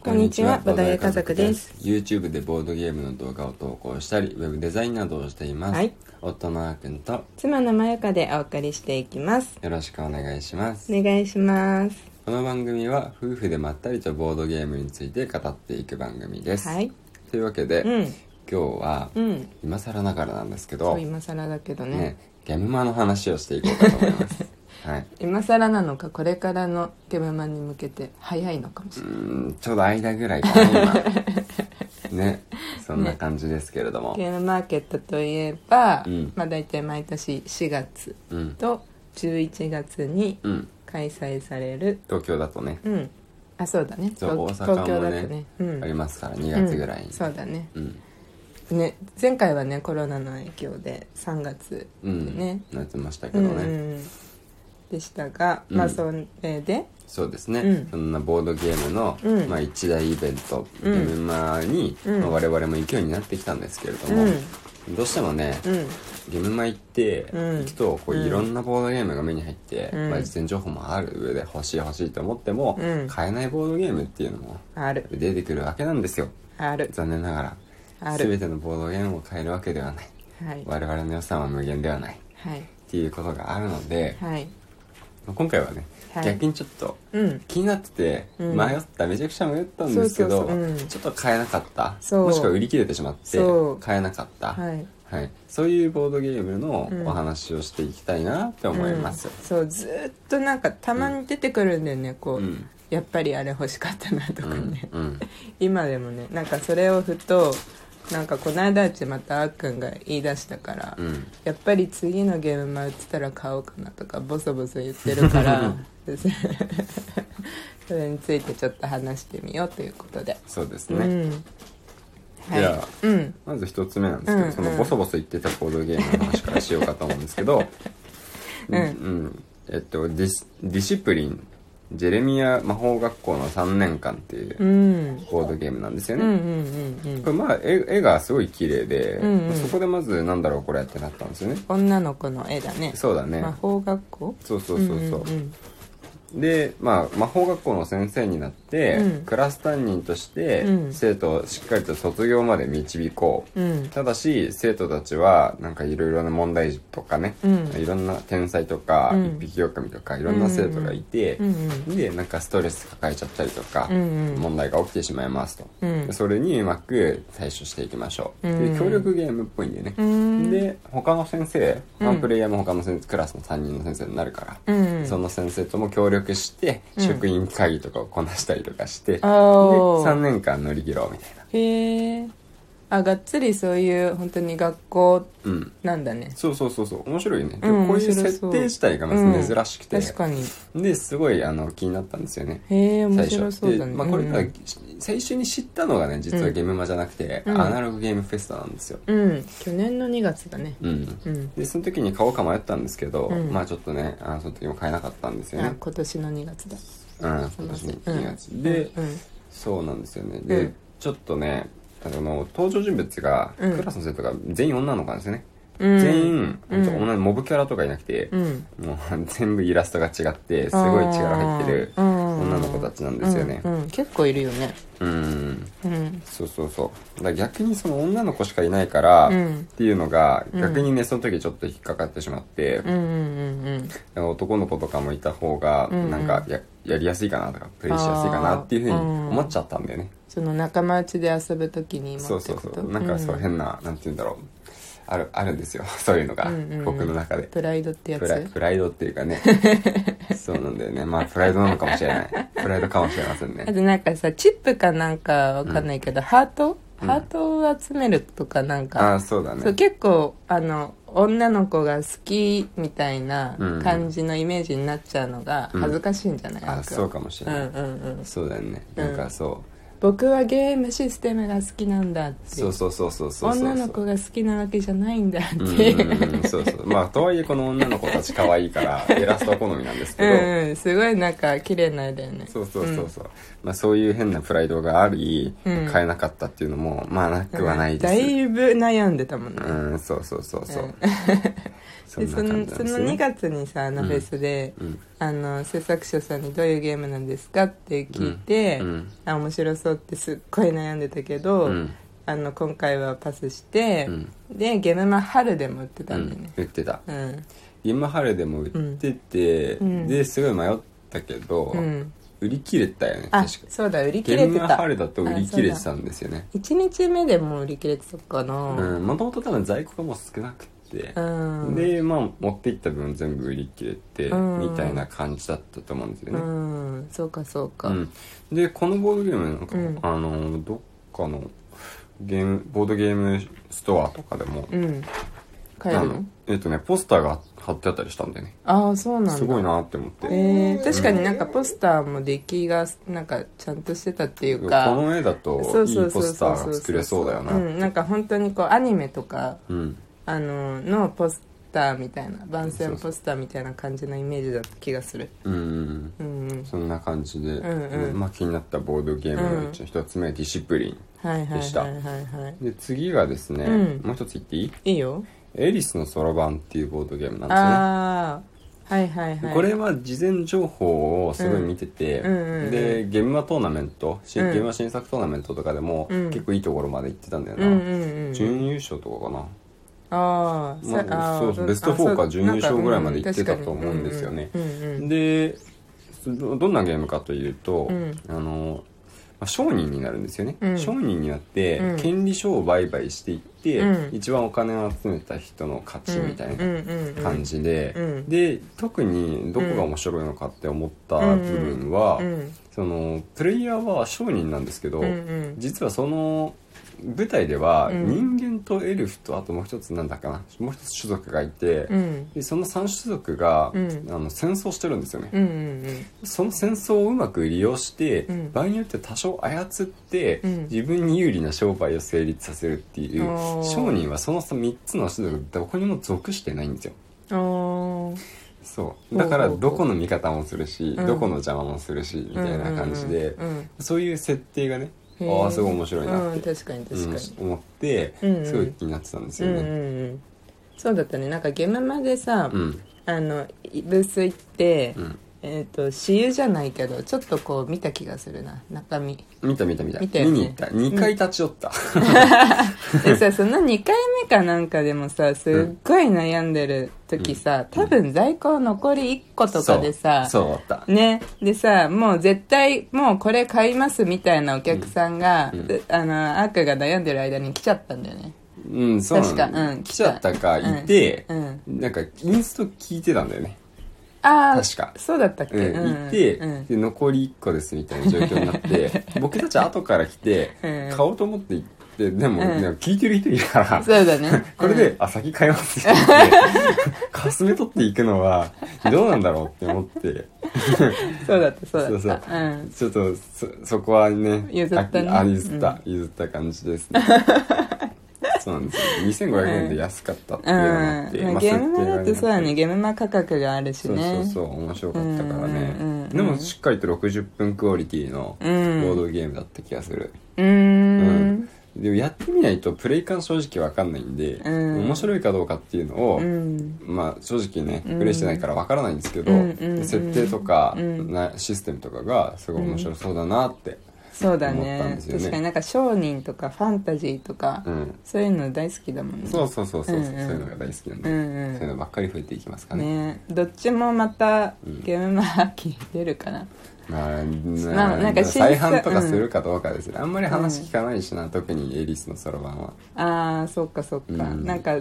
こんにちはボドゲ家族です YouTube でボードゲームの動画を投稿したりウェブデザインなどをしています、はい夫のあーくんと妻のまゆかでお送りしていきますよろしくお願いします、お願いしますこの番組は夫婦でまったりとボードゲームについて語っていく番組です、はいというわけで、うん今日は、うん今更ながらなんですけどそう今更だけどねねゲームマの話をしていこうかと思います はい今更なのかこれからのゲームマンに向けて早いのかもしれうない、ーんちょうど間ぐらいか な今ねそんな感じですけれども、ゲームマーケットといえば、うんまあ大体毎年4月うんと11月にうん開催される東京だとねうんあそうだねそう大東東阪京もだねとねうんありますから2月ぐらいに、うんそうだねうんね前回はねコロナの影響で3月うんねなってましたけどね、うんうんでしたが、うんまあそれでそうですね、うんそんなボードゲームの、うんまあ、一大イベント、うんゲームマーに、うんまあ、我々も勢いになってきたんですけれどうも、んどうしてもね、うんゲームマ行って、うん行くとこううんいろんなボードゲームが目に入って、うんまあ、事前情報もある上で欲しい欲しいと思っても、うん買えないボードゲームっていうのもある出てくるわけなんですよある残念ながあらる全てのボードゲームを買えるわけではないはい我々の予算は無限ではないっはいていうことがあるので、はいまあ今回はね、はい逆にちょっとうん気になっててうん迷った、めちゃくちゃ迷ったんですけどそうそうそううんちょっと買えなかったそうもしくは売り切れてしまってそう買えなかった、はいはい、そういうボードゲームのうんお話をしていきたいなって思いますうん、そうずーっとなんかたまに出てくるんだよねこう、うんやっぱりあれ欲しかったなとうかんね、うん 今でもねなんかそれをふとなんかこの間うちまたあっくんが言い出したから、うんやっぱり次のゲームマ売ってたら買おうかなとかボソボソ言ってるから ですそれについてちょっと話してみようということで、そうですうね、んじゃあはいうんまず一つ目なんですけど、うんそのボソボソ言ってたボードゲームの話からしようかと思うんですけど、 うんんえっとディシディシプリンジェレミア魔法学校の3年間っていううんボードゲームなんですようんうね、んうんうんこれまあ絵絵がすごい綺麗で、うんうんそこでまずなんだろうこれってなったんですよね女の子の絵だねそうだね、魔法学校そうそうそうそう、んんで、まあ、魔法学校の先生になって、うんクラス担任として、うん生徒をしっかりと卒業まで導こう、うんただし生徒たちはなんかいろいろな問題児とかね、うんいろんな天才とか、うん一匹狼とかいろんな生徒がいて、うんうんでなんかストレス抱えちゃったりとか、うんうん問題が起きてしまいますと、うんでそれにうまく対処していきましょう、うんで協力ゲームっぽいんでね、んで他の先生うんワンプレイヤーも他の先生クラスの担任の先生になるから、うんうんその先生とも協力して、うん職員会議とかをこなしたりとかして、であー3年間乗り切ろうみたいなへえあがっつりそういう本当に学校うんなんだねそうそうそうそう面白いね、うんこういう面白そう設定自体がまうんず珍しくて、確かにですごいあの気になったんですよねへえ面最白初そうで、だねまあ、これ、うんあ最初に知ったのがね実はゲームマじゃなくて、うんアナログゲームフェスタなんですよ、うん去年の2月だねうんうんでその時に買おうか迷ったんですけど、うんまあちょっとねあのその時も買えなかったんですよあね今年の2月だうすんい今ま年せんの2月、で、そうなんですよねで、うんちょっとねあの登場人物が、うんクラスの生徒が全員女の子なんですよね、うん全員、うんほんと同じモブキャラとかいなくて、うんうんもう全部イラストが違ってすごい力入ってるあーうん女の子たちなんですよねうんうん結構いるよねうんうんそうそうそうだから逆にその女の子しかいないから、うんっていうのがうん逆にねその時ちょっと引っかかってしまって、うんうんうん男の子とかもいた方がうんうんなんかや,、やりやすいかなとかプレイしやすいかなっていうふうに思っちゃったんだよね、その仲間内で遊ぶときにもそうそうそうなんかそうな変な、なんて言うんだろうあるあるんですよ そういうのが、うんうんうん僕の中でプライドってやプライつプライドっていう かねそうなんだよねまあプライドなのかもしれないプライドかもしれませんあねとなんかさチップかなんかわかんないけどハートハートを集めるとかなんあかあそうだねそう結構あの女の子が好きみたいなうん感じのイメージになっちゃうのが恥ずかしいんじゃない、ああ僕はそうかもしれうんない、うんうんそうだよねうんなんかそ僕はゲームシステムが好きなんだってう、そうそうそうそうそうそう女の子が好きなわけじゃないんだって、うんうんうんそうそうまあとはいえこの女の子たち可愛いからイラストは好みなんですけうど、んうんすごいなんか綺麗な絵だよねそうそうそうそう、まあそういう変なプライドがあり、うん買えなかったっていうのもまあなくはないですだいぶ悩んでたもんね、うんそうそうそうそう、うんそでんなそ感のじなんそでのす2ね月にさあのフェスで、うんあの制作者さんに「どういうゲームなんですか?」って聞いて、うんあ面白そうってすっごい悩んでたけど、うんあの今回はパスしてう、んでゲームマ春でも売ってたうんだよんね言ってたうん今春でも売ってて、うんですごい迷ったけど、うん、売り切れたよねあ確かそうだ売り切れ現て場た春だと売り切れてたんですよね1日目でもう売り切れてたかうな、んもともと多分在庫がもう少なくて、うんでまあ持っていった分全部売り切れて、うんみたいな感じだったと思うんですようね、んそうかそうか、うんでこのボードゲームなんか、うんあのどっかのゲームボードゲームストアとかでも、うん帰あるののえっとねポスターが貼ってあったりしたんだよねああそうなんだすごいなって思って、えー、確かになんかポスターも出来がなんかちゃんとしてたっていうこかの絵だとそういそいうそポうスそタうーが作れそうだよなうん、なんか本当にこうアニメとかうんあののポスターみたいな番宣ポスターみたいな感じのイメージだった気がするうんうんうんうんそんな感じで、うんうんまあ、気になったボードゲームのうちの一つ目はディシプリン、はいはいではしたいはいはいで次がですね、うんもう一つ言っていいいいよエリスのそろばんっていうボードゲームなんですねああはいはいはいこれは事前情報をすごい見てて、うんうんうんでゲームマトーナメント、しうんゲームマ新作トーナメントとかでも、うん結構いいところまで行ってたんだような、んうんうん準優勝とかかな、あーさまああそうーそうどベストあそう4か準優勝なんぐらいまで行ってたと思うんですよねうんうんうんうんでそどどんなゲームかというと、うんあのまあ商人になるんですよね、うん商人になって、うん権利書を売買していって、うん一番お金を集めた人の勝ちみたいな感じで、うんで特にどこが面白いのかって思った部分は、うんうんそのプレイヤーは商人なんですけど、うんうん実はその舞台ではうん人間とエルフとあともう一つなんだかなもう一つ種族がいて、うんでその3種族が、うんあの戦争してるんですよね、うんうんその戦争をうまく利用して、うん場合によっては多少操って、うん自分に有利な商売を成立させるっていうおー商人はその3つの種族どこにも属してないんですようんああそうだからほうほうほうどこの味方もするし、うんどこの邪魔もするしみたいな感じで、うんうんうんそういう設定がねへあーあすごい面白いなっうん、て、確かに確かに、うん思って、うんうんすごい気になってたんですうよんうんねうんそうだったねなんかゲームまでさ、うんあのいブース行って、うんえっ、と私有じゃないけどちょっとこう見た気がするな中身見た見た見た見たよねに行った2回立ち寄った、で さその2回目かなんかでもさすっごい悩んでる時さ、多分在庫残り1個とかでさそうそうだったね、でさもう絶対もうこれ買いますみたいなお客さんが、んであのアークが悩んでる間に来ちゃったんだよねうん、そうな確のかうん来ちゃったか、うんいて、うんなんか、インスト聞いてたんだよね。ああ確かそうだったっけ、うん、うんいて、うんで、残り1個ですみたいな状況に なって、僕たち後から来て、うん買おうと思って行って、でも、うんなんか聞いてる人いるから、そうだね これで、あ、先買いますって言って、かすめ取っていくのは、どうなんだろうって思って、うんそうだったそうだったそうそううんちょっとそ、そこはね、譲ったねああ譲った、譲った感じですね。そうなんですよ。2500円で安かったっていうのもあって、うんまあゲームマ設定がだねとそうだねゲームマ価格があるしそうねそうそう面白かったからね、うんうんうんでもしっかりと60分クオリティのボんードゲームだった気がする、うーうんでもやってみないとプレイ感正直わかんないんで、うん面白いかどうかっていうのを、うんまあ正直ねプレイしてないからわからないんですけど、うんうんうん設定とか、うんなシステムとかがすごい面白そうだなって、そうだ思ったんねですよね確かになんか商人とかファンタジーとか、うんそういうの大好きだもんねそうそうそうそう、うんうんそういうのが大好きなんで、うんうんそういうのばっかり増えていきますかねねどっちもまたゲームマーキー出るかな、まあ、まあなんか新再作販とかするかどうかですね、あんまり話聞かないしな、特にエリスのそろばんはああそっかそっか、うんなんか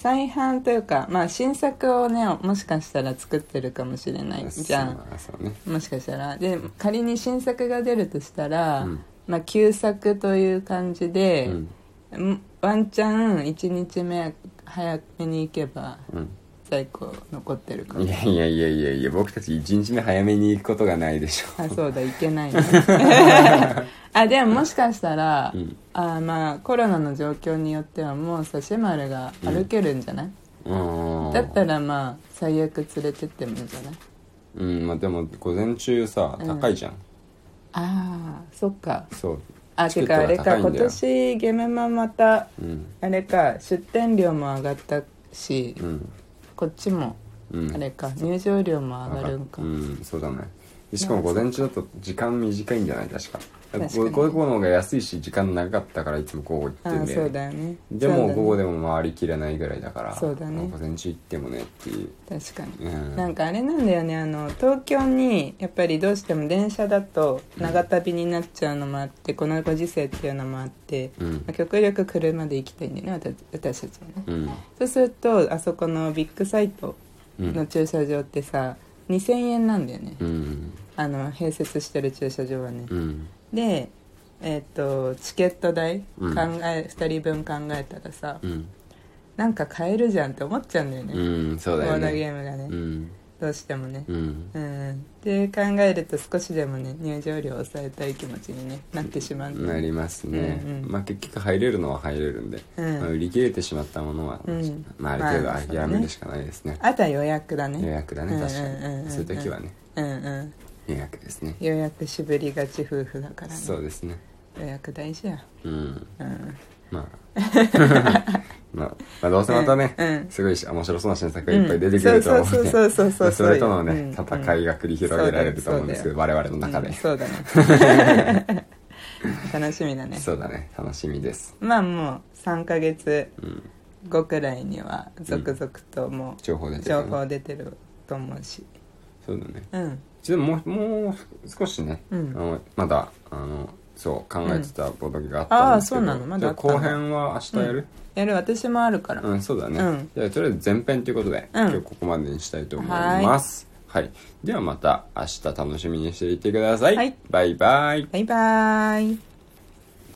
再販というかまあ新作をねもしかしたら作ってるかもしれないじゃんそうそうねもしかしたらで仮に新作が出るとしたら、うんまあ旧作という感じで、うんんワンチャン1日目早めに行けばうん在庫残ってるかもいやいやいやいやいや僕たち1日目早めに行くことがないでしょあそうだいけ ないねあでももしかしたら、うんあまあコロナの状況によってはもうさシェマルが歩けるんじゃない、うーんだったらまあ最悪連れてってもいいんじゃないうんまあでも午前中さうん高いじゃん、ああそっかそうあチケてットかあがれ高かいんだよ今年ゲメマまたうんあれか出店料も上がったし、うんこっちもうんあれか入場料も上がるんかうんそうだねでしかも午前中だと時間短いんじゃない確か確かに午後の方が安いし時間長かったからいつも午後行ってあんあだそようねだよねでも午後ででも回りきれないぐらいだからそうだね午前中行ってもねっていう確かにうんなんかあれなんだよねあの東京にやっぱりどうしても電車だと長旅になっちゃうのもあってこのご時世っていうのもあって、うまんあ極力車で行きたいんだよね私私たちはねうんそうするとあそこのビッグサイトうのん駐車場ってさ2000円なんだよねうんあの併設してる駐車場はねうんでえっ、とチケット代考え、うん2人分考えたらさうんなんか買えるじゃんって思っちゃうんだよね、うんそうボだよードねゲームがね、うんどうしてもねうんうんで考えると少しでもね入場料を抑えたい気持ちに、ね、なってしまうんだなよねりますね、うんうんまあ結局入れるのは入れるんで、うんまあ売り切れてしまったものは、うんまあ、ある程度諦めるしかないですね,、あとは予約だね予約だね確かに、うんうんうんうんそういう時はねうんうん予約ですね予約しぶりがち夫婦だからねそうですね予約大事やうん うんまあまあ、まあ、どうせまたね、うんうんすごいし面白そうな新作がいっぱい出てくると思うんで、うんそうそうそうそうそうそれとのね、うん戦いが繰り広げられると思うんですけど、そ我々の中で、うんそうだね 楽しみだねそうだね楽しみですまあもう3ヶ月うん後くらいには続々とも情報出うてる情ね報出てると思うしそうだねうんでもうもう少しね、うんあのまだあのそう考えてたボドゲがあうんっあたあんですけど、そうなのまだあったじんゃだあ後編は明日やるやる私もあるからうん、そうだね、うんじゃあとりあえず前編ということで、うん今日ここまでにしたいと思いますはいではまた明日楽しみにしていてください、はいバイバイバイバーイ